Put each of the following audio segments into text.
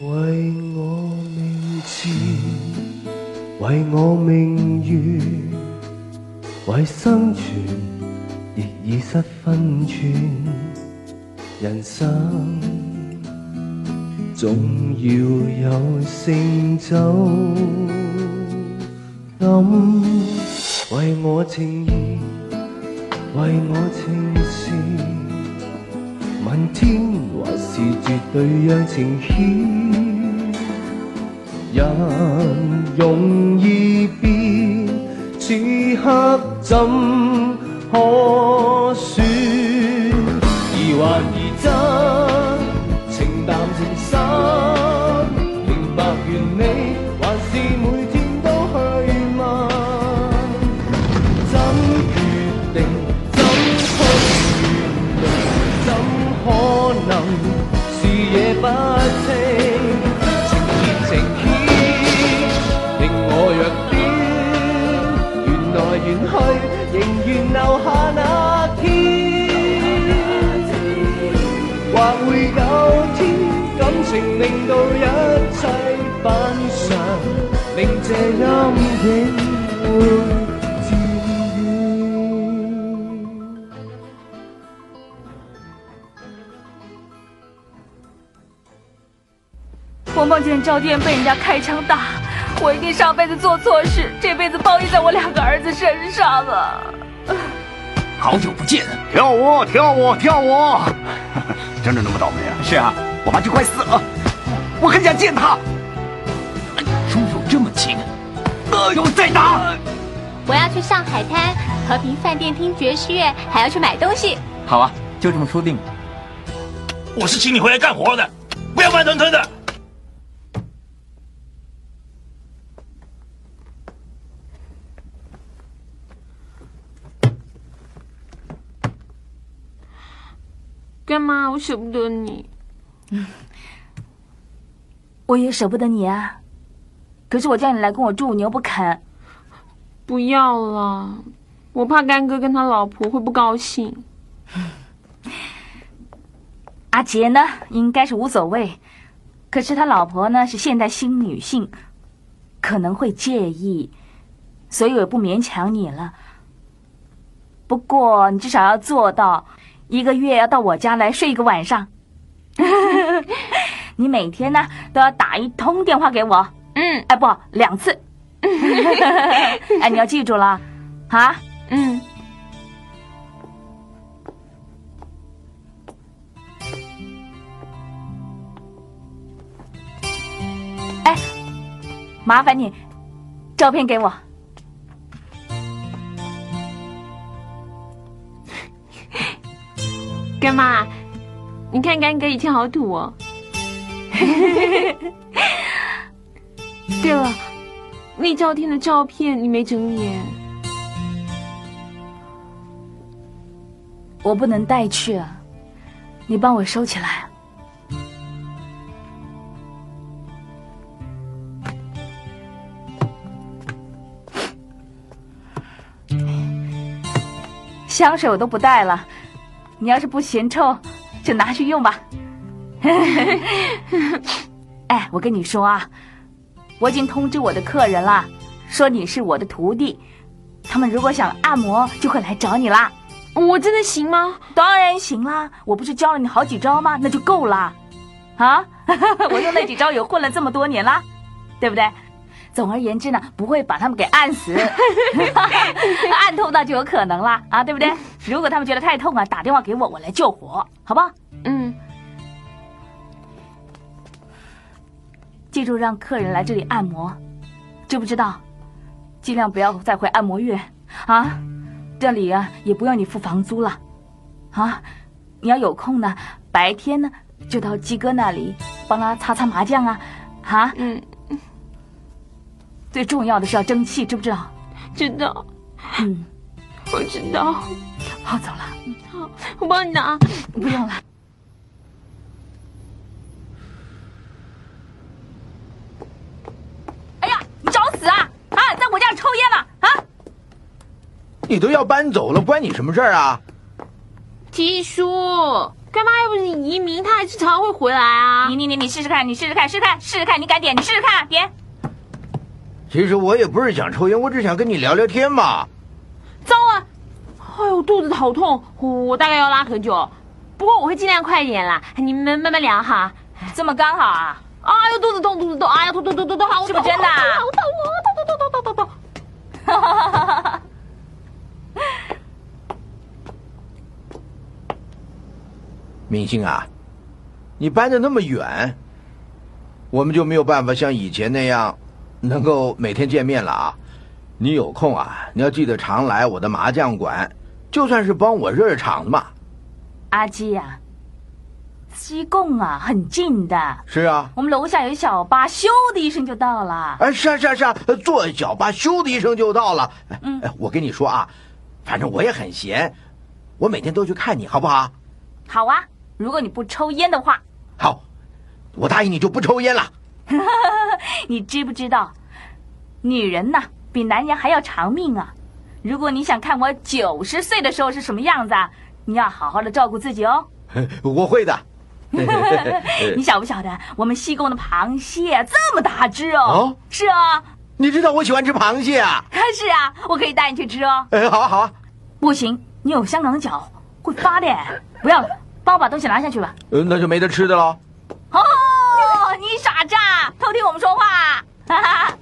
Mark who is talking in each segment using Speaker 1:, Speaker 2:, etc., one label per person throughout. Speaker 1: 为我名字，为我命运，为生存，亦已失分寸。人生总要有成就，咁为我情意，为我情事。问天还是絕對讓情牽。人容易變，此刻怎可選？疑幻疑真，情淡情深，明白完美，還是每天都去問。怎決定？怎去原諒？怎可能視野不清？情牽情牽，令我弱點。緣來緣去，仍然留下那天。或會有天，感情令到一切品常，令這陰影會漸遠。
Speaker 2: 我梦见赵殿被人家开枪打，我一定上辈子做错事，这辈子报应在我两个儿子身上了。
Speaker 3: 好久不见，
Speaker 4: 跳舞，跳舞，跳舞！真的那么倒霉啊？
Speaker 3: 是啊，
Speaker 4: 我爸就快死了，我很想见他。
Speaker 3: 叔叔这么亲，
Speaker 4: 呃，我再打。
Speaker 5: 我要去上海滩和平饭店听爵士乐，还要去买东西。
Speaker 3: 好啊，就这么说定了。
Speaker 6: 我是请你回来干活的，不要慢吞吞的。
Speaker 2: 干妈，我舍不得你。
Speaker 7: 我也舍不得你啊，可是我叫你来跟我住，你又不肯。
Speaker 2: 不要了，我怕干哥跟他老婆会不高兴。
Speaker 7: 阿杰呢，应该是无所谓，可是他老婆呢是现代新女性，可能会介意，所以我也不勉强你了。不过你至少要做到，一个月要到我家来睡一个晚上。 你每天呢都要打一通电话给我，
Speaker 2: 嗯
Speaker 7: 哎不，两次。哎，你要记住了，啊。
Speaker 2: 嗯，
Speaker 7: 哎麻烦你，照片给我。
Speaker 2: 干妈，你看干哥以前好土哦。 对了，那照天的照片你没整理耶。
Speaker 7: 我不能带去，啊，你帮我收起来。香水我都不带了，你要是不嫌臭，就拿去用吧。 哎，我跟你说啊，我已经通知我的客人了，说你是我的徒弟，他们如果想按摩，就会来找你啦。
Speaker 2: 我真的行吗？
Speaker 7: 当然行啦，我不是教了你好几招吗？那就够啦，啊！ 我用那几招也混了这么多年啦，对不对？总而言之呢，不会把他们给按死， 按痛到就有可能啦，啊，对不对？如果他们觉得太痛啊，打电话给我，我来救火，好不好？
Speaker 2: 嗯，
Speaker 7: 记住让客人来这里按摩，知不知道？尽量不要再回按摩院啊！这里啊也不用你付房租了，啊！你要有空呢，白天呢就到鸡哥那里帮他擦擦麻将啊，啊！
Speaker 2: 嗯，
Speaker 7: 最重要的是要争气，知不知道？
Speaker 8: 知道，
Speaker 7: 嗯，
Speaker 8: 我知道，
Speaker 7: 好，走了。
Speaker 8: 我帮你拿。
Speaker 7: 不用了。哎呀，你找死啊！啊，在我家里抽烟了啊！
Speaker 9: 你都要搬走了，关你什么事儿啊？
Speaker 8: 七叔，干妈又不是移民，她还是常会回来啊
Speaker 7: 你。你你你试试看，你试试看，试试看，试试看，你敢点？你试试看，点。
Speaker 9: 其实我也不是想抽烟，我只想跟你聊聊天嘛。
Speaker 8: 糟啊！哎呦，肚子好痛，我我大概要拉很久，不过我会尽量快一点啦。你们慢慢聊哈。
Speaker 7: 这么刚好啊？
Speaker 8: 哎呦，肚子痛，肚子痛，哎呀，痛痛痛痛痛，好
Speaker 7: 是不是真的啊
Speaker 8: 好痛，好痛，好痛，好痛，好痛，好痛。
Speaker 9: 明星啊，你搬的那么远，我们就没有办法像以前那样能够每天见面了啊。你有空啊，你要记得常来我的麻将馆，就算是帮我热热场子嘛。
Speaker 7: 阿基呀、西贡啊，很近的，
Speaker 9: 是啊，
Speaker 7: 我们楼下有一小巴，咻的一声就到了。
Speaker 9: 哎，是啊是啊是啊，坐小巴，咻的一声就到了。哎，哎我跟你说啊，反正我也很闲，我每天都去看你，好不好？
Speaker 7: 好啊，如果你不抽烟的话，
Speaker 9: 好，我答应你就不抽烟了。
Speaker 7: 你知不知道，女人呐、比男人还要长命啊！如果你想看我九十岁的时候是什么样子啊，你要好好的照顾自己哦。
Speaker 9: 我会的。
Speaker 7: 你晓不晓得，我们西贡的螃蟹这么大只哦？
Speaker 9: 哦
Speaker 7: 是啊，
Speaker 9: 你知道我喜欢吃螃蟹啊？
Speaker 7: 是啊，我可以带你去吃哦。
Speaker 9: 哎，好啊好啊，
Speaker 7: 不行，你有香港的脚，会发的。不要了，帮我把东西拿下去吧。
Speaker 9: 呃，那就没得吃的了。
Speaker 7: 哦，你傻渣，偷听我们说话 啊。哈哈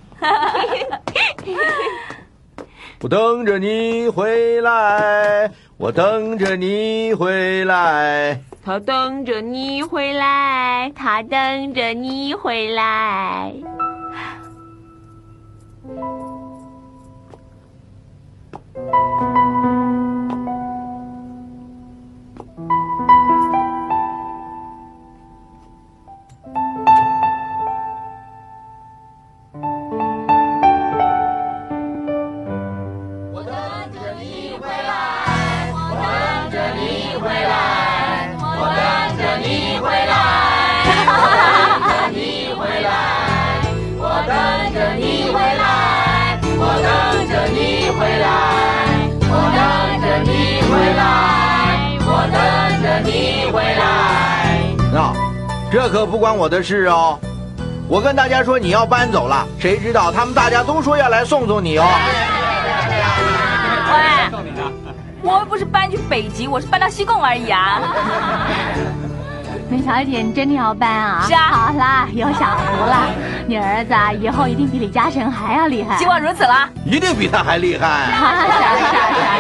Speaker 9: 我等着你回来，我等着你回来。
Speaker 8: 他等着你回来，他等着你回来。
Speaker 9: 啊，这可不关我的事哦。我跟大家说你要搬走了，谁知道他们大家都说要来送送你哦。
Speaker 7: 喂，我又不是搬去北极，我是搬到西贡而已啊。
Speaker 5: 梅小姐，你真的要搬啊？
Speaker 7: 是啊
Speaker 5: 好啦，有享福了。你儿子啊，以后一定比李嘉诚还要厉害。
Speaker 7: 希望如此啦。
Speaker 9: 一定比他还厉 害。
Speaker 5: 啊，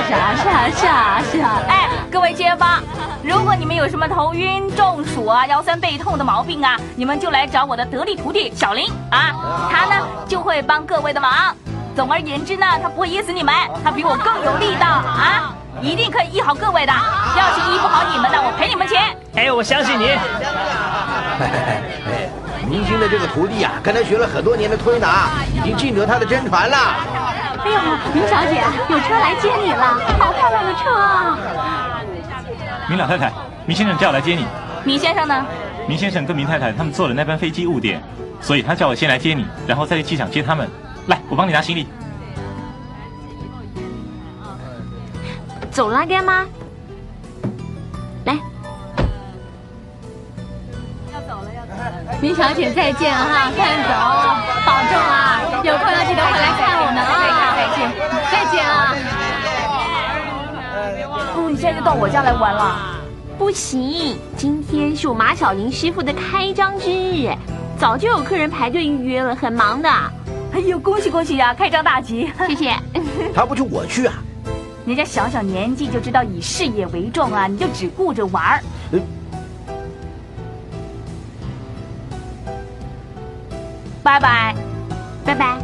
Speaker 5: 是啊，是啊，是啊，是啊，是啊，是啊。
Speaker 7: 哎，各位街坊，如果你们有什么头晕、中暑啊、腰酸背痛的毛病啊，你们就来找我的得力徒弟小林啊，他呢就会帮各位的忙。总而言之呢，他不会噎死你们，他比我更有力道啊，一定可以医好各位的。要是医不好你们呢，我赔你们钱。
Speaker 6: 哎，我相信你。
Speaker 9: 明星的这个徒弟啊，跟他学了很多年的推拿，已经尽得他的真传了。
Speaker 5: 哎呦，明小姐，有车来接你了，好漂亮的车啊！
Speaker 10: 明老太太，明先生叫我来接你。
Speaker 7: 米先生呢？
Speaker 10: 明先生跟明太太他们坐的那班飞机误点，所以他叫我先来接你，然后再去机场接他们。来，我帮你拿行李。
Speaker 8: 走啦，干妈。来，
Speaker 5: 明小姐再见啊哈、看走，保重啊！有空要记得回来看我们啊！再见，再见啊！
Speaker 7: 不，哦你现在就到我家来玩了。
Speaker 8: 不行，今天是我马小玲师傅的开张之日，早就有客人排队预约了，很忙的。
Speaker 7: 哎呦，恭喜恭喜呀、开张大吉！
Speaker 8: 谢谢。
Speaker 9: 他不去我去啊。
Speaker 7: 人家小小年纪就知道以事业为重啊，
Speaker 10: 嗯
Speaker 7: 你就只顾着玩儿。
Speaker 10: 呃
Speaker 7: 拜拜。
Speaker 8: 拜拜。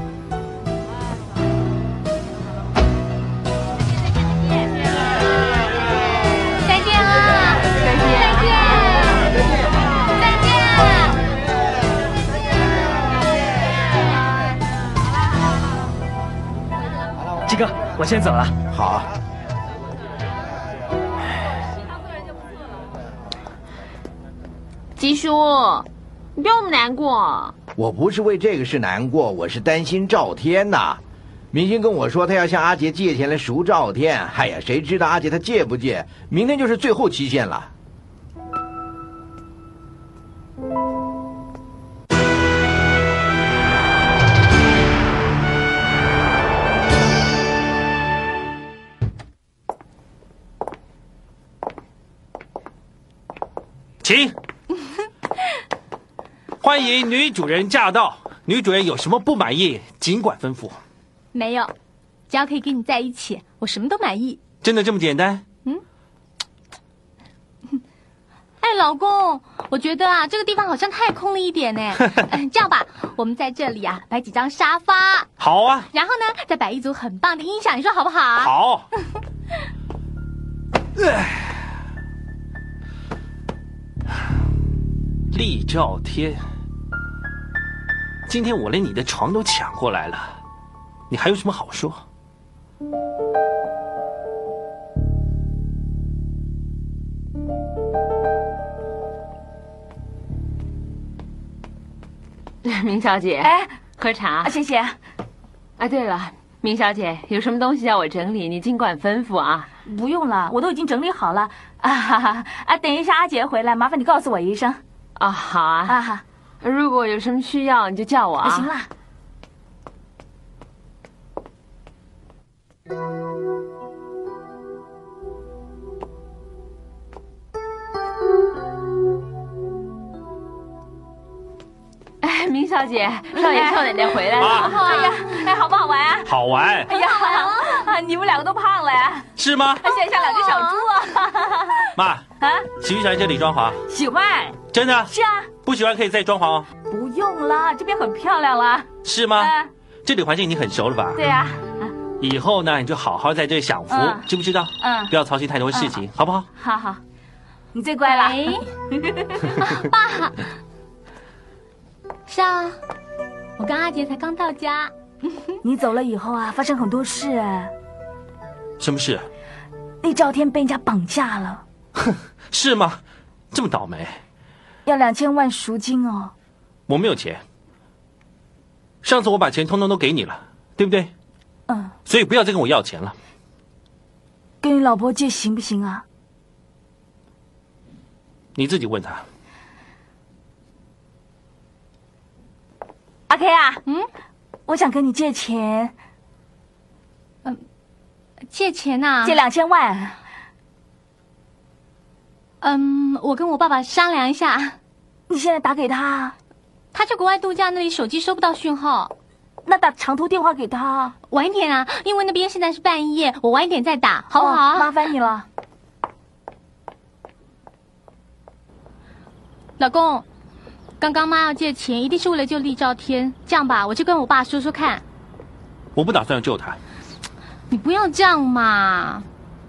Speaker 5: 再见啊！再见，再见，再见。
Speaker 11: 鸡哥，我先走了。
Speaker 9: 好啊。
Speaker 8: 吉叔，你不要那么难过。
Speaker 9: 我不是为这个事难过，我是担心赵天呐。明星跟我说他要向阿杰借钱来赎赵天，哎呀，谁知道阿杰他借不借？明天就是最后期限了。
Speaker 10: 请， 欢迎女主人驾到。女主人有什么不满意，尽管吩咐。
Speaker 5: 没有，只要可以跟你在一起，我什么都满意。
Speaker 10: 真的这么简单？
Speaker 5: 哎，老公，我觉得啊，这个地方好像太空了一点 呢。哎这样吧，我们在这里啊摆几张沙发，
Speaker 10: 好啊，
Speaker 5: 然后呢再摆一组很棒的音响，你说好不好？
Speaker 10: 好。厉兆天，今天我连你的床都抢过来了，你还有什么好说？
Speaker 8: 明小姐，哎，喝茶。
Speaker 7: 谢谢。
Speaker 8: 啊，对了，明小姐，有什么东西要我整理，你尽管吩咐啊。
Speaker 7: 不用了，我都已经整理好了。啊哈哈啊！等一下阿杰回来，麻烦你告诉我一声。
Speaker 8: 啊，好啊。
Speaker 7: 啊哈，
Speaker 8: 如果有 什么需要，你就叫我啊。
Speaker 7: 行了。
Speaker 8: 哎，明小姐，
Speaker 7: 嗯
Speaker 8: 少爷少奶奶回来了。
Speaker 10: 啊
Speaker 7: 哎呀，哎，好不好玩啊？
Speaker 10: 好玩
Speaker 7: 哎呀，啊，你们两个都胖了呀！
Speaker 10: 是吗？
Speaker 7: 啊，现在像两只小 猪啊！
Speaker 10: 妈，
Speaker 7: 啊，
Speaker 10: 喜不喜欢这里装潢？
Speaker 7: 喜欢。
Speaker 10: 真的？
Speaker 7: 是啊。
Speaker 10: 不喜欢可以再装潢哦。
Speaker 7: 不用啦，这边很漂亮啦。
Speaker 10: 是吗？这里环境你很熟了吧？
Speaker 7: 呃对呀、
Speaker 10: 以后呢，你就好好在这里享福
Speaker 7: 嗯，
Speaker 10: 知不知道？
Speaker 7: 嗯
Speaker 10: 不要操心太多事情，好不好？
Speaker 7: 好好，你最乖啦。
Speaker 5: 爸，是啊，我跟阿杰才刚到家。
Speaker 7: 你走了以后啊，发生很多事哎。
Speaker 10: 什么事？
Speaker 7: 那赵天被人家绑架了，
Speaker 10: 是吗？这么倒霉，
Speaker 7: 要两千万赎金哦。
Speaker 10: 我没有钱。上次我把钱通通都给你了，对不对？
Speaker 7: 嗯，
Speaker 10: 所以不要再跟我要钱了。
Speaker 7: 跟你老婆借行不行啊？
Speaker 10: 你自己问他。
Speaker 7: 阿 K 啊，嗯，我想跟你借钱，
Speaker 5: 借钱啊呐、
Speaker 7: 借两千万。
Speaker 5: 嗯，我跟我爸爸商量一下。
Speaker 7: 你现在打给他，
Speaker 5: 他去国外度假，那里手机收不到讯号。
Speaker 7: 那打长途电话给他，
Speaker 5: 晚一点啊，因为那边现在是半夜，我晚一点再打，好不好啊？
Speaker 7: 哦麻烦你了，
Speaker 5: 老公，刚刚妈要借钱，一定是为了救厉兆天。这样吧，我去跟我爸说说看。
Speaker 10: 我不打算要救他。
Speaker 5: 你不要这样嘛，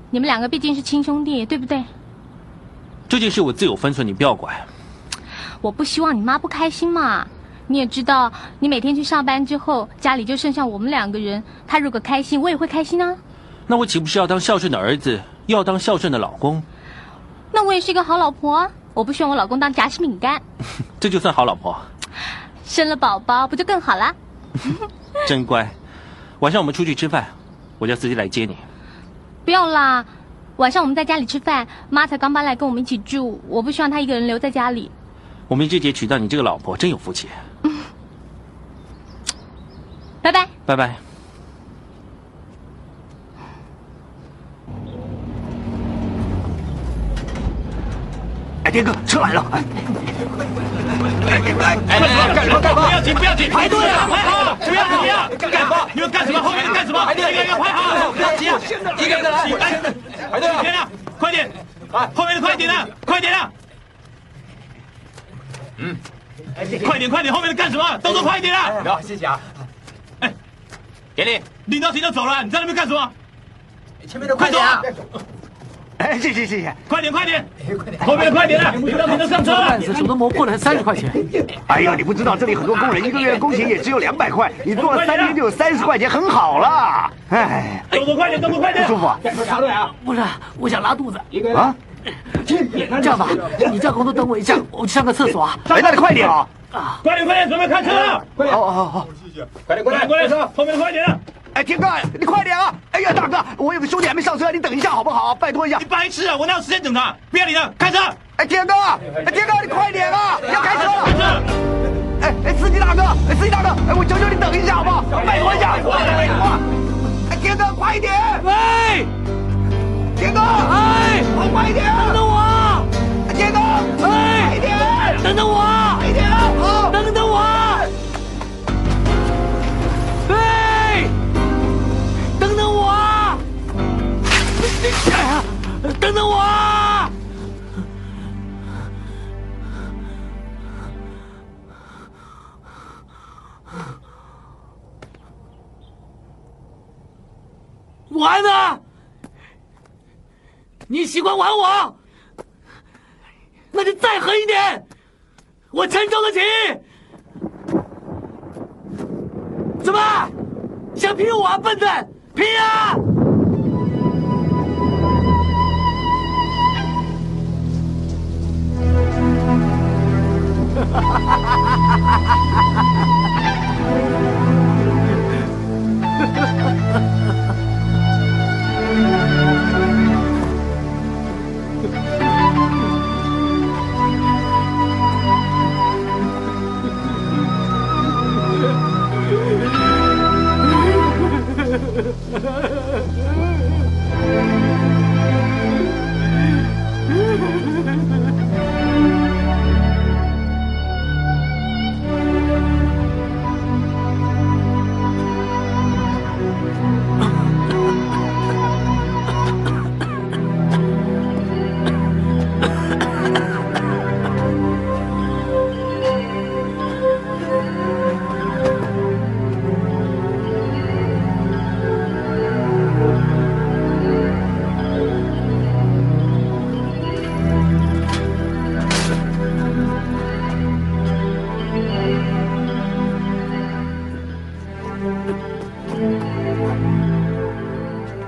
Speaker 5: 你们两个毕竟是亲兄弟，对不对？
Speaker 10: 这件事我自有分寸，你不要管。
Speaker 5: 我不希望你妈不开心嘛。你也知道，你每天去上班之后，家里就剩下我们两个人。她如果开心，我也会开心啊。
Speaker 10: 那我岂不是要当孝顺的儿子，又要当孝顺的老公？
Speaker 5: 那我也是一个好老婆啊。我不希望我老公当夹心饼干。
Speaker 10: 这就算好老 婆，
Speaker 5: 生了宝宝不就更好啦？
Speaker 10: 真乖。晚上我们出去吃饭，我叫司机来接你。
Speaker 5: 不要啦，晚上我们在家里吃饭，妈才刚搬来跟我们一起住，我不希望她一个人留在家里。
Speaker 10: 我们一直节娶到你这个老婆，真有福气。
Speaker 5: 拜拜。
Speaker 10: 拜拜。
Speaker 6: 哎，天哥，车来了！哎，
Speaker 3: 哎
Speaker 6: 快点
Speaker 3: 干什么干什么？不要紧，不要紧，
Speaker 6: 排队啊
Speaker 3: 排好，
Speaker 6: 排队
Speaker 3: 不要怎么样？
Speaker 6: 干什么
Speaker 3: 你们干什么？后面干什么？
Speaker 6: 排
Speaker 3: 一
Speaker 6: 队
Speaker 3: 个一个排好，不要急啊，一个一个来。哎，排队啊！快点，后面的快点啊，快点啊！嗯，快点快点，后面的干什么？动作快一点啊！好，谢谢啊。哎，给你，领导谁都走了，你在那边干什么？前面的快走啊！
Speaker 6: 哎，谢谢谢谢，快点快点，后面的快
Speaker 3: 啊
Speaker 6: 点了，你们都上车了。
Speaker 12: 手都磨破了，才三十块钱。
Speaker 4: 哎呀，你不知道这里很多工人一个月工钱也只有两百块，你做了三天就有三十块钱，很好了。哎，
Speaker 6: 动作快点，动作快点，
Speaker 4: 不舒服啊
Speaker 6: 插队啊！
Speaker 12: 不是，我想拉肚子。
Speaker 4: 啊，
Speaker 12: 这样吧，你叫工头等我一下，我去上个厕所啊。
Speaker 4: 哎，那你快点啊！
Speaker 6: 快点快点，准备开车了！快点，
Speaker 4: 好好好，
Speaker 6: 快点快点，过来车，后面的快点。啊
Speaker 4: 哎，天哥，你快点啊！哎呀，大哥，我有个兄弟还没上车，你等一下好不好？拜托一下。
Speaker 6: 你白痴啊！我哪有时间等他？不要理他，开车！
Speaker 4: 哎，天哥，哎，天哥，你快点啊！要开车了。
Speaker 6: 开车！
Speaker 4: 哎哎，司机大哥，哎，司机大哥，哎，我求求你等一下好不好？拜托一下，快点，拜托！哎，天哥，快一点！
Speaker 6: 喂，
Speaker 4: 天哥，哎，我快一点！等等我！天哥，哎，快一点！
Speaker 6: 啊等等我！啊
Speaker 4: 快一点！好，
Speaker 6: 等等我！喂，等等我！啊哎呀，等等我！啊玩呢？你喜欢玩我？那就再狠一点，我承受得起。怎么？想拼我啊，笨蛋？拼啊！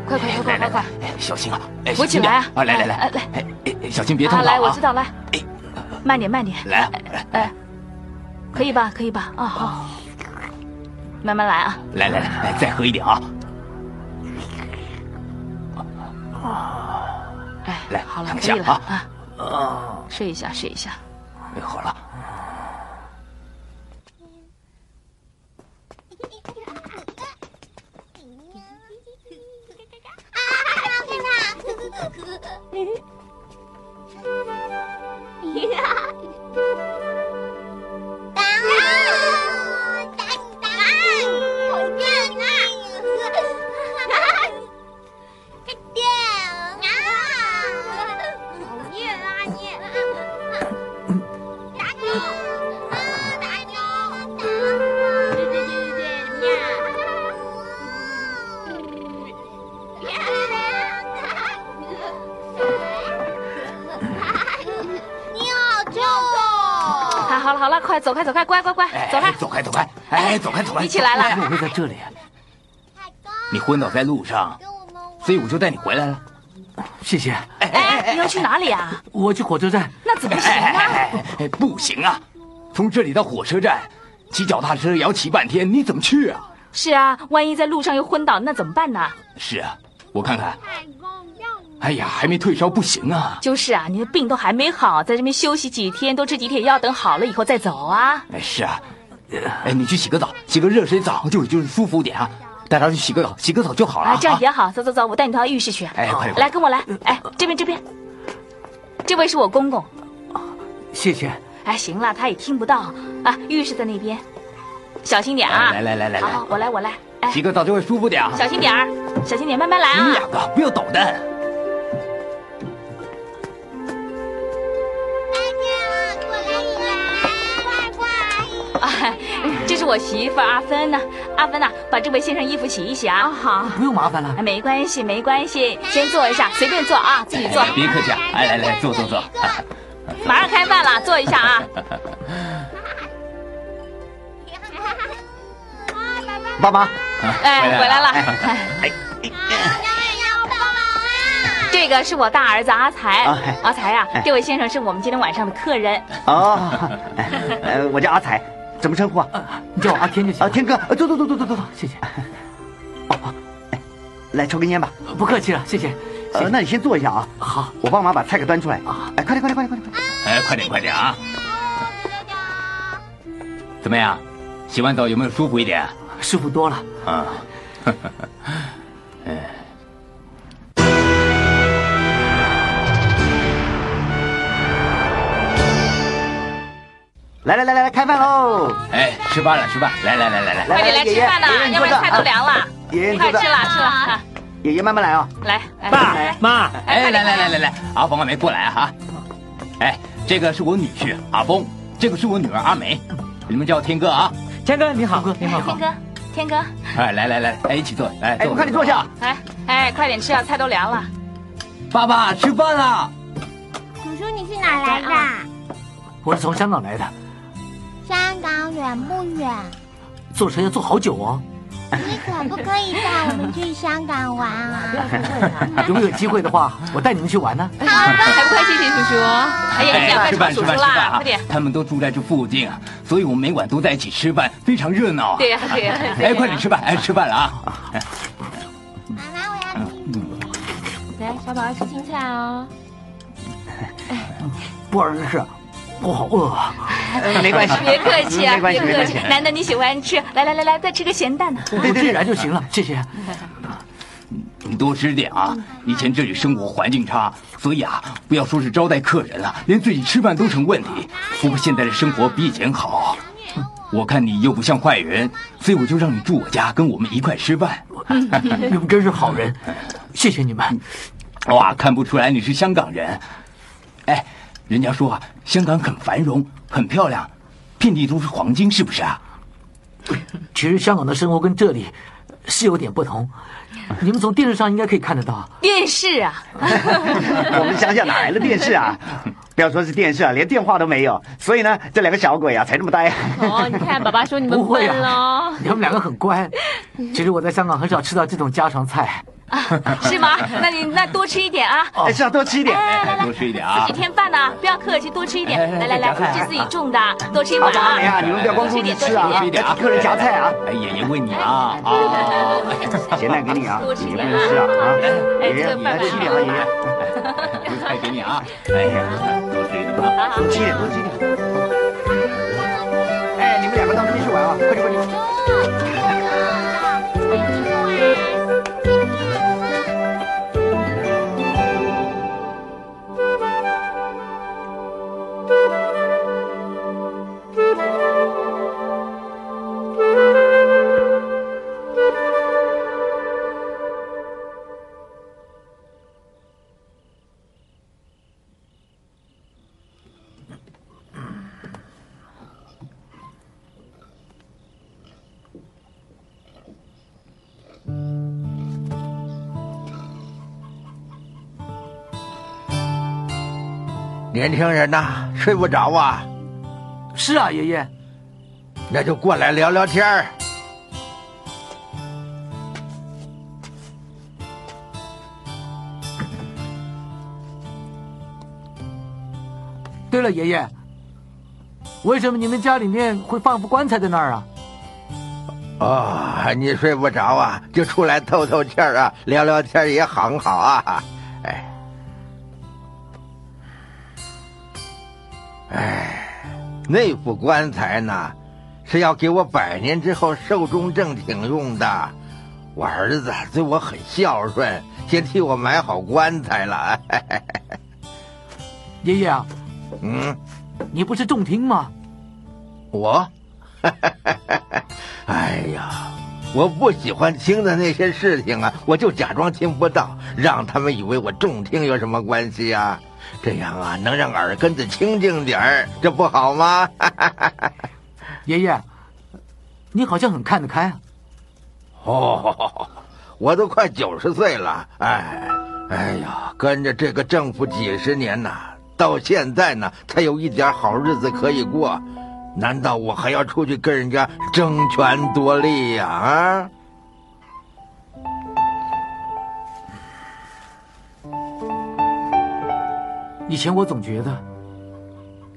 Speaker 7: 快快快快快快！
Speaker 3: 小心啊！哎，
Speaker 7: 我起来啊！
Speaker 3: 啊，来来来，
Speaker 7: 来来，
Speaker 3: 哎小心别痛
Speaker 7: 啊
Speaker 3: 了
Speaker 7: 来，我
Speaker 3: 啊
Speaker 7: 知！道，来，慢点慢点，
Speaker 3: 来啊，
Speaker 7: 哎，可以吧？可以吧？啊，好，慢慢来啊。
Speaker 3: 来来来，来再喝一点啊！
Speaker 7: 哎，
Speaker 3: 来
Speaker 7: 好了，
Speaker 3: 躺
Speaker 7: 可以
Speaker 3: 下
Speaker 7: 了啊。睡一下，睡一下。
Speaker 3: 哎好了，
Speaker 13: 你好臭哦！
Speaker 7: 啊，好了好了，快走开走开，乖乖乖，走开。
Speaker 3: 走开走开！哎，走开走开！
Speaker 7: 你起来了
Speaker 3: 怎么会在这里啊？你昏倒在路上，所以我就带你回来了。
Speaker 12: 谢谢。
Speaker 7: 哎，你要去哪里啊？
Speaker 12: 我去火车站。
Speaker 7: 那怎么行啊？
Speaker 3: 哎，不行啊！从这里到火车站，骑脚踏车也要骑半天，你怎么去啊？
Speaker 7: 是啊，万一在路上又昏倒，那怎么办呢？
Speaker 3: 是啊，我看看。哎呀，还没退烧，不行啊！
Speaker 7: 就是啊，你的病都还没好，在这边休息几天，多吃几天药，等好了以后再走啊。
Speaker 3: 哎，是啊，哎，你去洗个澡，洗个热水澡，就就是舒服点啊。带他去洗个澡，洗个澡就好了
Speaker 7: 啊，这样
Speaker 3: 啊
Speaker 7: 也好。走走走，我带你到浴室去。
Speaker 3: 哎快点快点
Speaker 7: 来跟我来。哎，这边这边，这位是我公公。
Speaker 12: 谢谢。
Speaker 7: 哎，行了，他也听不到啊。浴室在那边，小心点啊。
Speaker 3: 哎来来来来
Speaker 7: 好
Speaker 3: 来
Speaker 7: 好，我来我来。哎，
Speaker 3: 洗个澡就会舒服点啊。
Speaker 7: 小心点儿，小心点，慢慢来
Speaker 3: 你们
Speaker 7: 啊。
Speaker 3: 两个不要捣蛋。
Speaker 7: 啊，这是是我媳妇儿阿芬呐、阿芬呐、把这位先生衣服洗一洗啊。好，
Speaker 3: 不用麻烦了。
Speaker 7: 没关系，没关系，先坐一下，随便坐啊，自己坐。
Speaker 3: 别客气啊，哎来来，坐坐坐。
Speaker 7: 马上开饭了，坐一下啊。
Speaker 3: 爸妈，
Speaker 7: 哎，回来了。
Speaker 3: 哎
Speaker 7: 这个是我大儿子阿才
Speaker 14: 啊哎，
Speaker 7: 阿才呀
Speaker 14: 哎，
Speaker 7: 这位先生是我们今天晚上的客人。
Speaker 14: 哦，呃，我叫阿才，怎么称呼啊？你叫我阿天就行。啊，天哥，呃坐坐坐坐坐坐坐，谢谢。哦，来抽根烟吧。不客气了，谢谢。呃，那你先坐一下啊。好，我帮忙把菜给端出来。啊，哎，快点，快点，快点，快点。
Speaker 3: 哎，快点快点啊！怎么样？洗完澡有没有舒服一点？
Speaker 14: 舒服多了。
Speaker 3: 啊， 哎
Speaker 14: 来来来来来，开饭喽！
Speaker 3: 哎，吃饭了吃饭，来来来来来，
Speaker 7: 快点来
Speaker 14: 爷
Speaker 7: 吃饭
Speaker 14: 爷
Speaker 7: 呐，
Speaker 14: 爷
Speaker 7: 要不然菜都凉了。
Speaker 14: 爷爷，你
Speaker 7: 快
Speaker 14: 坐
Speaker 7: 吃
Speaker 14: 这
Speaker 7: 了，吃了，啊
Speaker 14: 爷爷慢慢来啊。
Speaker 7: 来，爸
Speaker 3: 妈，哎，来来来来来，阿峰阿梅过来啊！哎，这个是我女婿阿峰，这个是我女儿阿梅，你们叫天哥啊。天哥哎你好，哥你
Speaker 7: 天。哥，天哥，
Speaker 3: 哎，来来来，哎，一起坐，来，
Speaker 14: 哎，
Speaker 3: 坐
Speaker 14: 快点坐下。
Speaker 7: 来，哎，快点吃啊，菜都凉了。
Speaker 3: 爸爸吃饭啦！
Speaker 13: 叔叔，你是哪来的？
Speaker 11: 我是从香港来的，
Speaker 13: 香港远不远？
Speaker 11: 坐车要坐好久哦。
Speaker 13: 你可不可以带我们去香港玩啊？
Speaker 11: 如果有机会的话，我带你们去玩呢、
Speaker 7: 还不快谢谢叔叔？哎呀，你俩快
Speaker 3: 吃饭
Speaker 7: 找
Speaker 3: 吃
Speaker 7: 叔叔
Speaker 3: 饭吃饭
Speaker 7: 啦，
Speaker 3: 啊
Speaker 7: 快点！！
Speaker 3: 他们都住在这附近，啊所以我们每晚都在一起吃饭，非常热闹啊。
Speaker 7: 对呀对呀对呀
Speaker 3: 哎，快点吃饭，哎，吃饭了啊！
Speaker 8: 来，小宝宝吃青菜 哦。
Speaker 11: 不二之
Speaker 3: 啊
Speaker 11: 是，我好饿啊。
Speaker 7: 哎
Speaker 14: 没关 系
Speaker 7: 别客气啊，
Speaker 11: 没关
Speaker 7: 别
Speaker 11: 系没
Speaker 7: 客
Speaker 11: 关
Speaker 7: 气
Speaker 11: 系。
Speaker 7: 难得你喜欢吃，来来来来，再吃个咸蛋呢。
Speaker 11: 我自然就行了，谢谢。
Speaker 3: 你多吃点啊！以前这里生活环境差，所以啊，不要说是招待客人了，连自己吃饭都成问题。不过现在的生活比以前好，啊我看你又不像坏人，所以我就让你住我家，跟我们一块吃饭。
Speaker 11: 你们真是好人，谢谢你们。
Speaker 3: 哇，看不出来你是香港人。哎，人家说啊，香港很繁荣，很漂亮，遍地都是黄金，是不是啊？
Speaker 11: 其实香港的生活跟这里是有点不同，你们从电视上应该可以看得到。
Speaker 7: 电视啊，
Speaker 14: 我们乡下哪来的电视 啊？不要说是电视啊，连电话都没有。所以呢，这两个小鬼啊，才这么 呆。
Speaker 8: 哦，你看，爸爸说你们
Speaker 11: 不会
Speaker 8: 笨
Speaker 11: 啊
Speaker 8: 喽。
Speaker 11: 你们两个很乖。其实我在香港很少吃到这种家常菜。
Speaker 7: 啊是 吗？那你那多吃一点啊。
Speaker 14: 哦
Speaker 11: 哎，是啊，多吃一点，
Speaker 3: 多吃一点
Speaker 7: 自己添饭呐，不要客气，多吃一点。
Speaker 14: 哎
Speaker 7: 来来来，这是自己种的，多吃一
Speaker 14: 阿
Speaker 7: 碗
Speaker 14: 爸阿梅啊，
Speaker 7: 啊。
Speaker 14: 你们不要光顾着吃啊，
Speaker 3: 多吃一点啊
Speaker 14: 客人夹菜啊。
Speaker 3: 哎，爷爷喂你啊啊！
Speaker 14: 咸蛋给你 啊，
Speaker 3: 多吃
Speaker 14: 你
Speaker 3: 点
Speaker 14: 不能吃啊啊！
Speaker 3: 哎
Speaker 14: 爷爷，
Speaker 3: 这个
Speaker 14: 你
Speaker 3: 饭
Speaker 14: 来
Speaker 3: 碗
Speaker 14: 吃一点啊，爷爷。
Speaker 3: 油菜给你啊！哎呀，多吃一点啊！
Speaker 14: 多吃一点，多吃一点。哎，你们两个到那边去玩啊，快点快点。
Speaker 9: 年轻人呐、睡不着啊？
Speaker 11: 是啊，爷爷。
Speaker 9: 那就过来聊聊天儿。
Speaker 11: 对了，爷爷，为什么你们家里面会放副棺材在那儿啊？
Speaker 9: 哦，你睡不着啊，就出来透透气儿啊，聊聊天儿也很好啊。哎，哎，那副棺材呢，是要给我百年之后寿终正寝用的。我儿子对我很孝顺，先替我买好棺材了。
Speaker 11: 爷爷啊，
Speaker 9: 嗯，
Speaker 11: 你不是重听吗？
Speaker 9: 我， 哎呀，我不喜欢听的那些事情啊，我就假装听不到，让他们以为我重听有什么关系啊？这样啊，能让耳 根子清净点儿，这不好吗？
Speaker 11: 爷爷，你好像很看得开啊。
Speaker 9: 哦， 我都快九十岁了，哎，哎呀，跟着这个政府几十年呐，到现在呢才有一点好日子可以过，难道我还要出去跟人家争权夺利呀、啊？
Speaker 11: 以前我总觉得，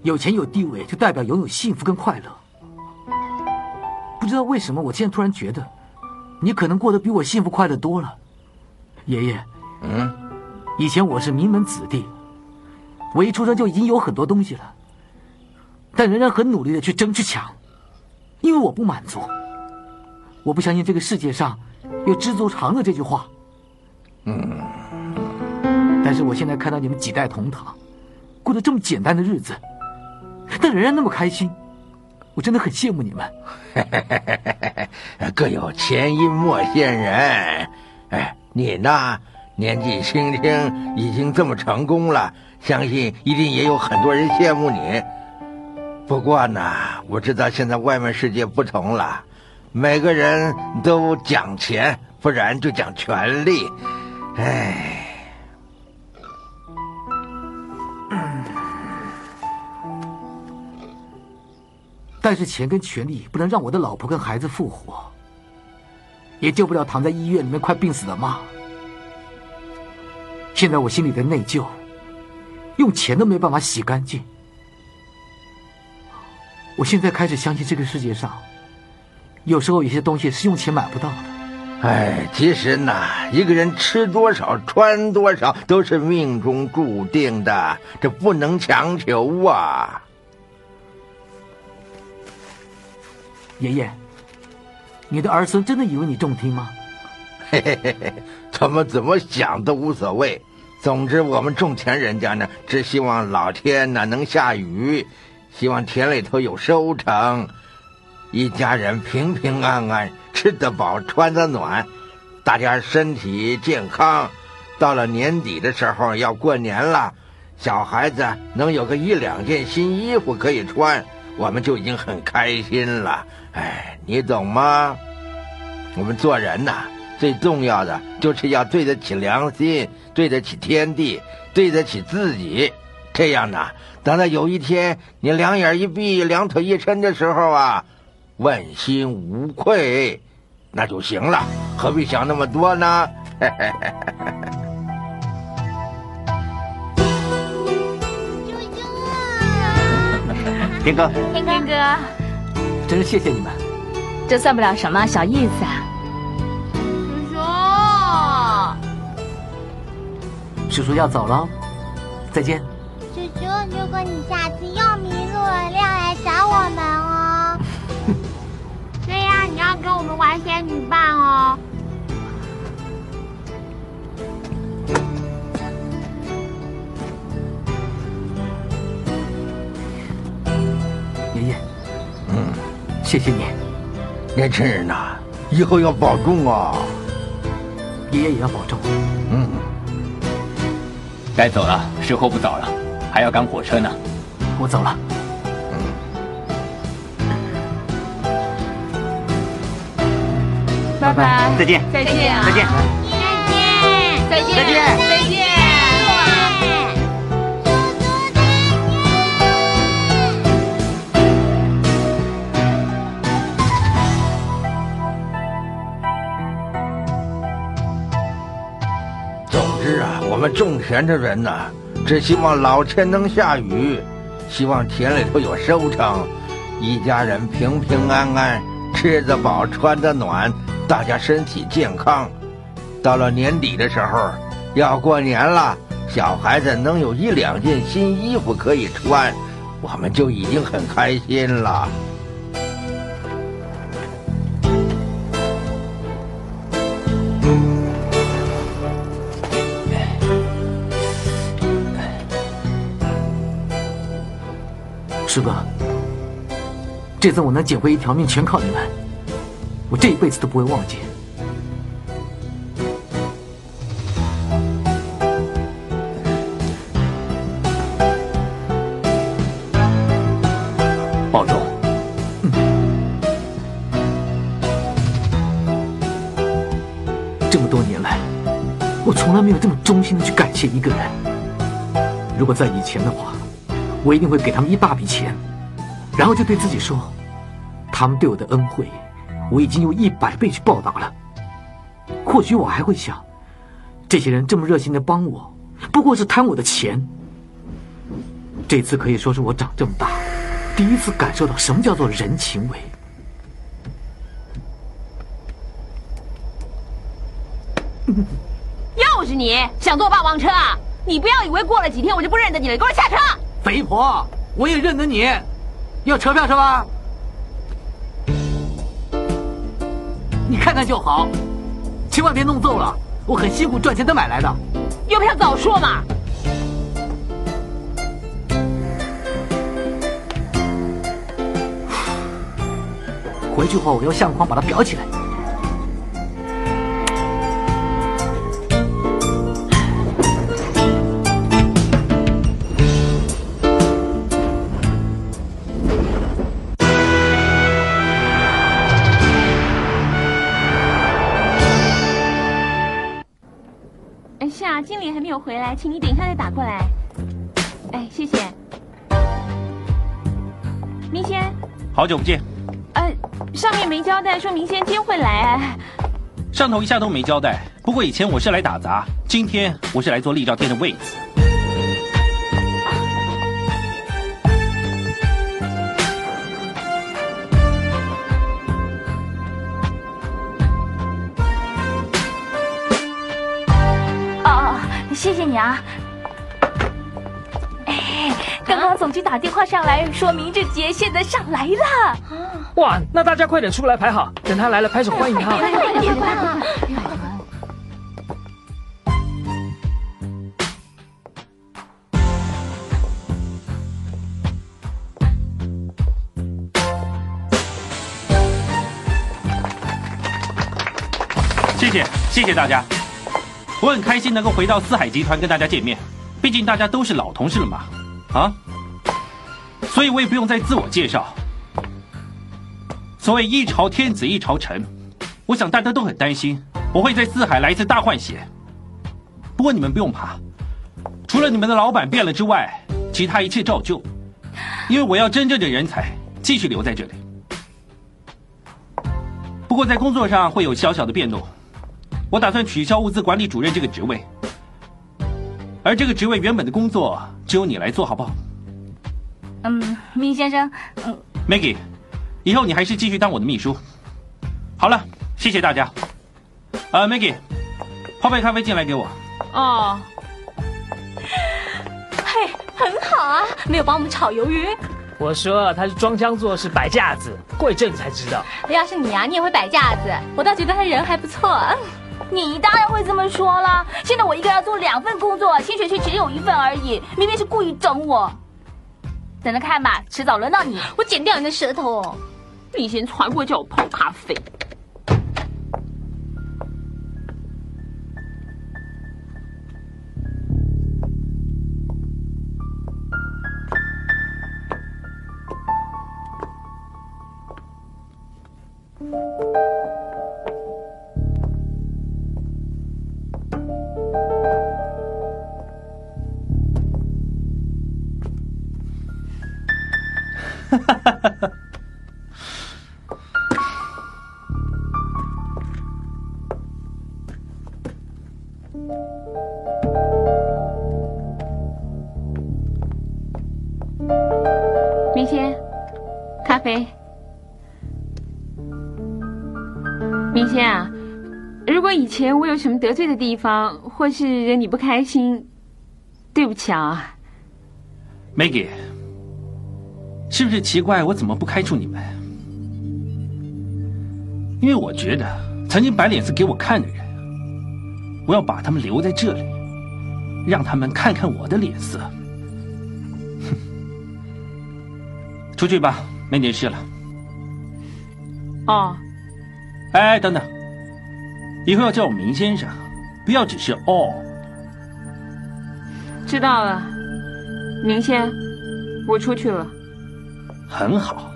Speaker 11: 有钱有地位就代表拥有幸福跟快乐。不知道为什么，我现在突然觉得，你可能过得比我幸福快乐多了。爷爷，
Speaker 9: 嗯，
Speaker 11: 以前我是名门子弟，我一出生就已经有很多东西了，但仍然很努力的去争去抢，因为我不满足。我不相信这个世界上有知足常乐这句话。
Speaker 9: 嗯，
Speaker 11: 但是我现在看到你们几代同堂，过着这么简单的日子，但仍然那么开心，我真的很羡慕你们。
Speaker 9: 各有前因莫羡人。哎，你呢，年纪轻轻已经这么成功了，相信一定也有很多人羡慕你。不过呢，我知道现在外面世界不同了，每个人都讲钱，不然就讲权力。哎。
Speaker 11: 但是钱跟权力不能让我的老婆跟孩子复活，也救不了躺在医院里面快病死的妈。现在我心里的内疚，用钱都没办法洗干净。我现在开始相信这个世界上，有时候有些东西是用钱买不到的。
Speaker 9: 哎，其实呢，一个人吃多少、穿多少都是命中注定的，这不能强求啊。
Speaker 11: 爷爷，你的儿孙真的以为你中听吗？
Speaker 9: 嘿嘿嘿嘿， 他们怎么想都无所谓。总之，我们种田人家呢，只希望老天呢能下雨，希望田里头有收成，一家人平平安安，吃得饱，穿得暖，大家身体健康。到了年底的时候要过年了，小孩子能有个一两件新衣服可以穿。我们就已经很开心了，哎，你懂吗？我们做人呐、最重要的就是要对得起良心，对得起天地，对得起自己。这样呢，等到有一天你两眼一闭，两腿一伸的时候啊，问心无愧，那就行了，何必想那么多呢？嘿嘿嘿嘿嘿。
Speaker 14: 天哥，
Speaker 2: 天
Speaker 7: 啊
Speaker 2: 哥，
Speaker 11: 真是谢谢你们。
Speaker 7: 这算不了什么小意思啊。
Speaker 8: 叔叔。
Speaker 11: 叔叔要走了，再见。
Speaker 13: 叔叔，如果你下次又迷路了，要来找我们哦。
Speaker 8: 对呀、你要跟我们玩仙女棒哦。
Speaker 11: 爷爷，嗯，谢谢你。
Speaker 9: 年轻人呐、以后要保重
Speaker 11: 哦
Speaker 9: 啊。
Speaker 11: 爷爷也要保重。
Speaker 9: 嗯，
Speaker 3: 该走了，时候不早了，还要赶火车呢。
Speaker 11: 我走了。
Speaker 2: 拜拜，
Speaker 14: 再见
Speaker 2: 再见啊，
Speaker 14: 再见，
Speaker 2: 再见，再见，再见。
Speaker 9: 总之啊，我们种田的人呐，只希望老天能下雨，希望田里头有收成，一家人平平安安，吃得饱，穿得暖，大家身体健康。到了年底的时候，要过年了，小孩子能有一两件新衣服可以穿，我们就已经很开心了。
Speaker 11: 师哥，这次我能捡回一条命，全靠你们，我这一辈子都不会忘记。
Speaker 3: 保重。
Speaker 11: 这么多年来，我从来没有这么衷心的去感谢一个人。如果在以前的话，我一定会给他们一大笔钱，然后就对自己说，他们对我的恩惠，我已经用一百倍去报答了。或许我还会想，这些人这么热心的帮我，不过是贪我的钱。这次可以说是我长这么大，第一次感受到什么叫做人情味。
Speaker 8: 又是你想坐霸王车啊？你不要以为过了几天我就不认得你了，给我下车！
Speaker 11: 肥婆，我也认得你，要车票是吧？你看看就好，千万别弄揍了，我很辛苦赚钱才买来的。
Speaker 8: 有票早说嘛！
Speaker 11: 回去后我用相框把它裱起来。
Speaker 8: 哎，是啊，经理还没有回来，请你等一下再打过来。哎，谢谢。明仙，
Speaker 10: 好久不见，
Speaker 8: 呃，上面没交代说明仙今会来、啊，
Speaker 10: 上头一下都没交代。不过以前我是来打杂，今天我是来做立照店的位子。
Speaker 7: 哦，谢谢你啊。哎，刚刚总局打电话上来说明志杰现在上来了。
Speaker 15: 哇，那大家快点出来排好，等他来了拍手欢迎 他。
Speaker 10: 谢谢，谢谢大家。我很开心能够回到四海集团跟大家见面，毕竟大家都是老同事了嘛，啊，所以我也不用再自我介绍。所谓一朝天子一朝臣，我想大家都很担心我会在四海来一次大换血。不过你们不用怕，除了你们的老板变了之外，其他一切照旧，因为我要真正的人才继续留在这里。不过在工作上会有小小的变动。我打算取消物资管理主任这个职位，而这个职位原本的工作只有你来做，好不好
Speaker 7: 嗯，明先生，嗯，
Speaker 10: ，Maggie？以后你还是继续当我的秘书。好了，谢谢大家。呃，Maggie，泡杯咖啡进来给我。
Speaker 8: 哦，
Speaker 5: 嘿，很好啊，没有帮我们炒鱿鱼。
Speaker 15: 我说他是装腔作势摆架子，过一阵子才知道。
Speaker 5: 要是你啊，你也会摆架子，我倒觉得他人还不错。
Speaker 7: 你当然会这么说了。现在我一个人要做两份工作，薪水却只有一份而已，明明是故意整我。等着看吧，迟早轮到你。
Speaker 5: 我剪掉你的舌头。
Speaker 8: 明仙传过叫我泡咖啡，明仙，咖啡。明仙啊，如果以前我有什么得罪的地方，或是惹你不开心，对不起啊。
Speaker 10: Maggie，是不是奇怪我怎么不开除你们？因为我觉得曾经摆脸色给我看的人，我要把他们留在这里，让他们看看我的脸色。哼，出去吧，没你的事了。
Speaker 8: 哦，
Speaker 10: 哎，等等，以后要叫我明先生，不要只是哦。
Speaker 8: 知道了，明仙，我出去了。
Speaker 10: 很好。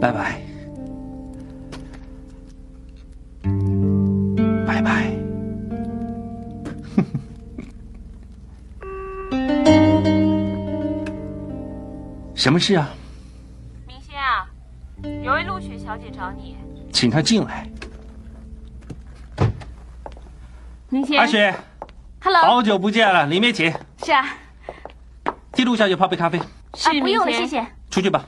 Speaker 16: 拜拜，拜 拜。什么事啊？
Speaker 17: 明星啊，有位陆雪小姐找你。
Speaker 10: 请她进来。
Speaker 17: 明星，
Speaker 10: 阿雪，
Speaker 17: ，Hello，
Speaker 10: 好久不见了，里面请。
Speaker 7: 是啊，
Speaker 10: 替陆小姐泡杯咖啡，
Speaker 7: 啊不用了，谢谢。
Speaker 10: 出去吧。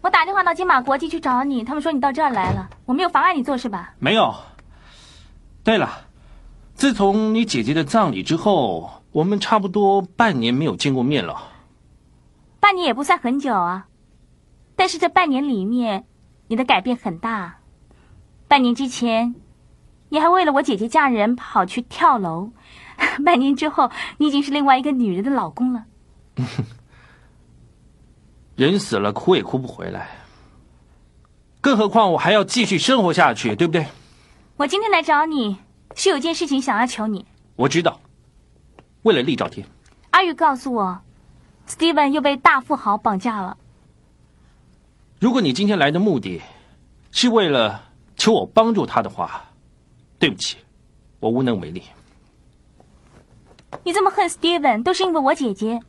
Speaker 7: 我打电话到金马国际去找你，他们说你到这儿来了，我没有妨碍你做事吧？
Speaker 10: 没有。对了，自从你姐姐的葬礼之后，我们差不多半年没有见过面了。
Speaker 7: 半年也不算很久啊，但是这半年里面，你的改变很大。半年之前，你还为了我姐姐嫁人跑去跳楼； 半年之后，你已经是另外一个女人的老公了。
Speaker 10: 人死了，哭也哭不回来，更何况我还要继续生活下去，对不对？
Speaker 7: 我今天来找你，是有件事情想要求你。
Speaker 10: 我知道，为了厉兆天，
Speaker 7: 阿玉告诉我，Steven 又被大富豪绑架了。
Speaker 10: 如果你今天来的目的是为了求我帮助他的话，对不起，我无能为力。
Speaker 7: 你这么恨 Steven，都是因为我姐姐。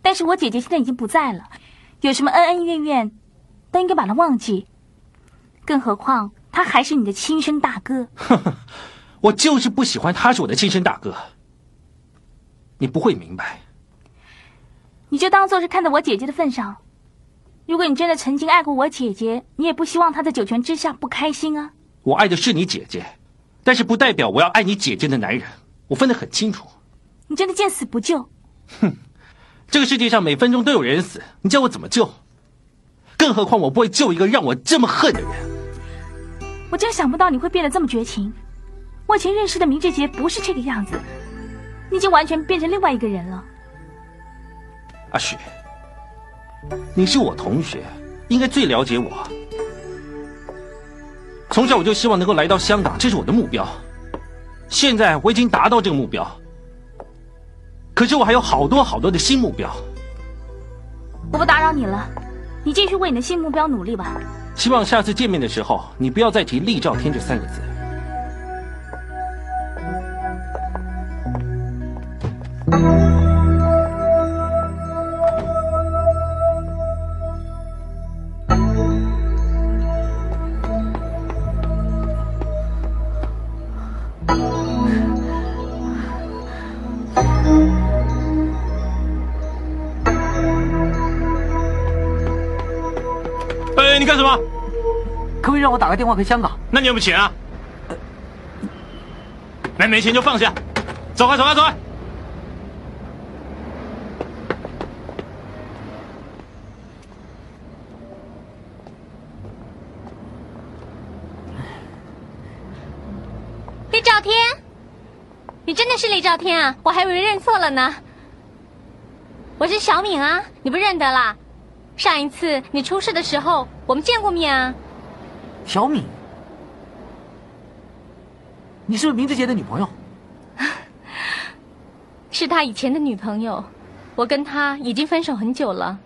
Speaker 7: 但是我姐姐现在已经不在了，有什么恩恩怨怨，都应该把它忘记。更何况他还是你的亲生大哥。
Speaker 10: 我就是不喜欢他是我的亲生大哥，你不会明白。
Speaker 7: 你就当做是看在我姐姐的份上。如果你真的曾经爱过我姐姐，你也不希望她在九泉之下不开心啊。
Speaker 10: 我爱的是你姐姐，但是不代表我要爱你姐姐的男人，我分得很清楚。
Speaker 7: 你真的见死不救。
Speaker 10: 这个世界上每分钟都有人死，你叫我怎么救？更何况我不会救一个让我这么恨的人。
Speaker 7: 我真想不到你会变得这么绝情。我以前认识的明志杰不是这个样子，你已经完全变成另外一个人了。
Speaker 10: 阿雪，你是我同学，应该最了解我。从小我就希望能够来到香港，这是我的目标。现在我已经达到这个目标，可是我还有好多好多的新目标。
Speaker 7: 我不打扰你了，你继续为你的新目标努力吧。
Speaker 10: 希望下次见面的时候，你不要再提“厉兆天”这三个字。
Speaker 18: 哎，你干什么？
Speaker 11: 可不可以让我打个电话回香港？
Speaker 18: 那你有没有钱啊？那没钱就放下，走开，走开，走开！
Speaker 5: 李兆天，你真的是李兆天啊？我还以为认错了呢。我是小敏啊，你不认得啦？上一次你出事的时候，我们见过面啊。
Speaker 11: 小敏，你是不是明志杰的女朋友？
Speaker 5: 是他以前的女朋友，我跟他已经分手很久了。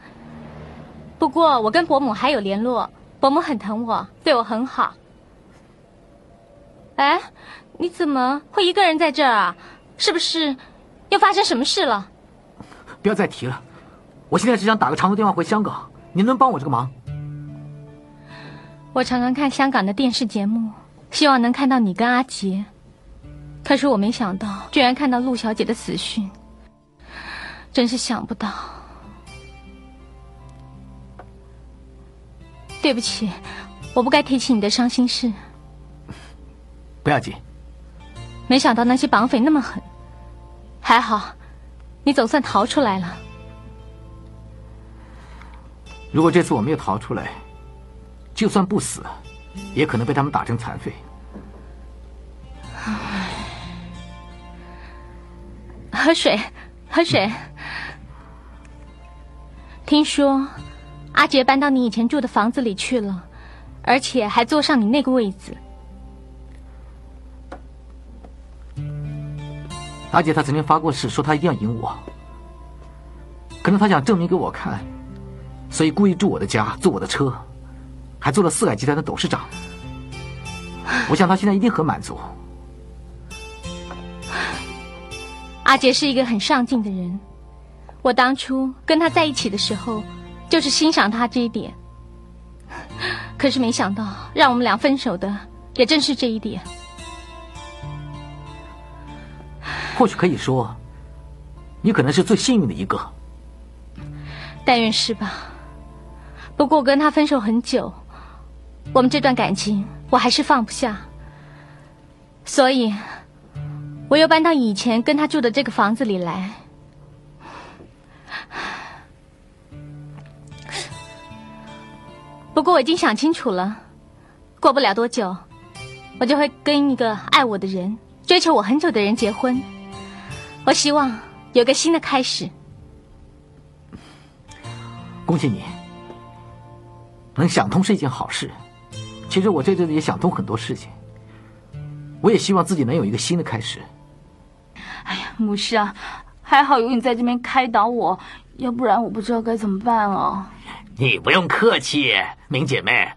Speaker 5: 不过我跟伯母还有联络，伯母很疼我，对我很好。哎，你怎么会一个人在这儿啊？是不是又发生什么事了？
Speaker 11: 不要再提了，我现在只想打个长途电话回香港，你能不能帮我这个忙？
Speaker 5: 我常常看香港的电视节目，希望能看到你跟阿杰。可是我没想到，居然看到陆小姐的死讯，真是想不到。对不起，我不该提起你的伤心事。
Speaker 11: 不要紧，
Speaker 5: 没想到那些绑匪那么狠，还好，你总算逃出来了。
Speaker 11: 如果这次我没有逃出来，就算不死，也可能被他们打成残废。
Speaker 5: 喝水，喝水。听说阿杰搬到你以前住的房子里去了，而且还坐上你那个位子。
Speaker 11: 阿杰他曾经发过誓，说他一定要赢我。可能他想证明给我看，
Speaker 19: 所以故意住我的家，坐我的车，还做了四海集团的董事长。我想他现在一定很满足。
Speaker 5: 阿杰是一个很上进的人，我当初跟他在一起的时候，就是欣赏他这一点。可是没想到，让我们俩分手的也正是这一点。
Speaker 19: 或许可以说，你可能是最幸运的一个。
Speaker 5: 但愿是吧。不过我跟他分手很久，我们这段感情我还是放不下，所以我又搬到以前跟他住的这个房子里来。不过我已经想清楚了，过不了多久，我就会跟一个爱我的人、追求我很久的人结婚。我希望有个新的开始。
Speaker 19: 恭喜你，能想通是一件好事。其实我这阵子也想通很多事情，我也希望自己能有一个新的开始。
Speaker 7: 哎呀，母师啊，还好有你在这边开导我，要不然我不知道该怎么办哦。
Speaker 11: 你不用客气，明姐妹，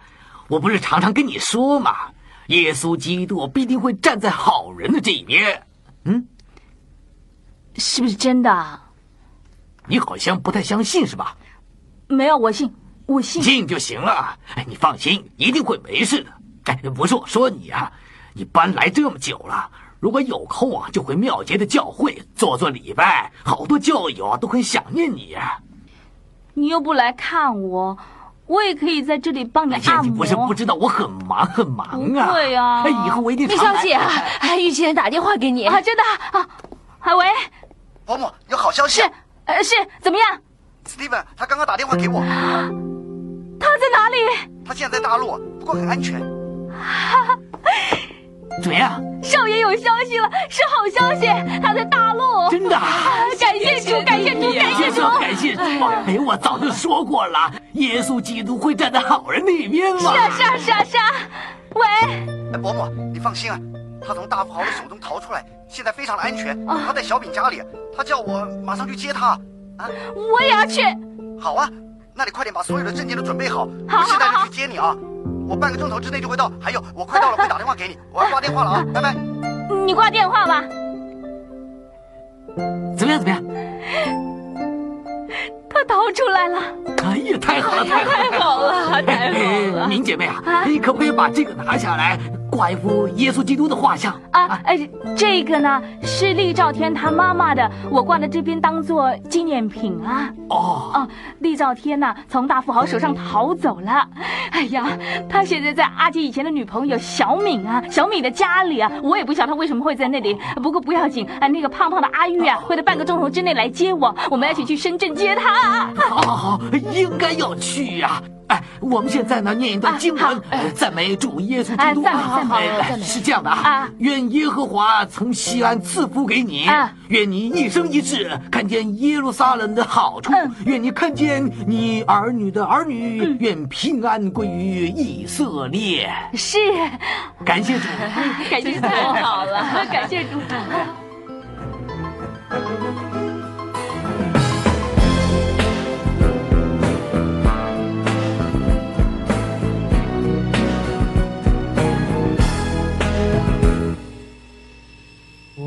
Speaker 11: 我不是常常跟你说嘛，耶稣基督必定会站在好人的这一边。嗯，
Speaker 7: 是不是真的？
Speaker 11: 你好像不太相信是吧？
Speaker 7: 没有，我信，我信，
Speaker 11: 信就行了。哎，你放心，一定会没事的。哎，不是我说你啊，你搬来这么久了，如果有空啊，就回庙街的教会做做礼拜，好多教友啊都很想念你、啊。
Speaker 7: 你又不来看我，我也可以在这里帮你按摩。哎、
Speaker 11: 你不是不知道，我很忙很忙啊。
Speaker 7: 对呀、啊，
Speaker 11: 哎，以后我一定。
Speaker 8: 李小姐、啊，
Speaker 7: 哎
Speaker 8: 玉琴打电话给你
Speaker 7: 啊，真的啊，海喂，
Speaker 3: 伯母有好消息。啊
Speaker 7: 是，呃，是怎么样？
Speaker 3: Steven，他刚刚打电话给我。
Speaker 7: 他在哪里？
Speaker 3: 他现在在大陆，不过很安全。
Speaker 11: 怎么样？
Speaker 8: 少爷有消息了，是好消息，他在大陆。
Speaker 11: 真的、啊
Speaker 8: 啊？感谢主，感谢主，感谢主，
Speaker 11: 感谢主！哎，我早就说过了，耶稣基督会站在好人那边嘛。
Speaker 8: 是啊，是啊，是啊，是啊。喂，
Speaker 3: 哎，伯母，你放心啊，他从大富豪的手中逃出来，现在非常的安全。哦、他在小饼家里，他叫我马上去接他。
Speaker 8: 啊、我也要去。
Speaker 3: 好啊，那你快点把所有的证件都准备好，
Speaker 8: 好
Speaker 3: 我现在就去接你啊！我半个钟头之内就会到。还有，我快到了会打电话给你。我要挂电话了啊，拜拜。
Speaker 8: 你挂电话吧。
Speaker 11: 怎么样？怎么样？
Speaker 8: 他逃出来了。
Speaker 11: 哎呀，太好了， 哎
Speaker 8: 太好了，太好了！
Speaker 11: 明姐妹啊，你可不可以把这个拿下来，挂一幅耶稣基督的画像？
Speaker 7: 啊，哎、呃，这个呢是厉兆天他妈妈的，我挂在这边当做纪念品啊。
Speaker 11: 哦
Speaker 7: 哦，厉兆天呐、啊、从大富豪手上逃走了，哎呀，他现在在阿杰以前的女朋友小敏啊，小敏的家里啊，我也不晓得他为什么会在那里。不过不要紧，啊，那个胖胖的阿玉啊，会在半个钟头之内来接我，我们要一起去深圳接他。
Speaker 11: 好好好， 应该要去呀、啊。哎，我们现在呢念一段经文，哎赞美主耶稣基督。
Speaker 7: 啊哎
Speaker 11: 哎
Speaker 7: 赞美赞美，
Speaker 11: 是这样的啊，愿耶和华从西安赐福给你，愿你一生一世
Speaker 7: 嗯
Speaker 11: 看见耶路撒冷的好处，愿你看见你儿女的儿
Speaker 7: 嗯
Speaker 11: 女，愿平安归于以色列。
Speaker 7: 是，
Speaker 11: 感谢主，
Speaker 7: 感谢太好了， 感谢主。
Speaker 1: 为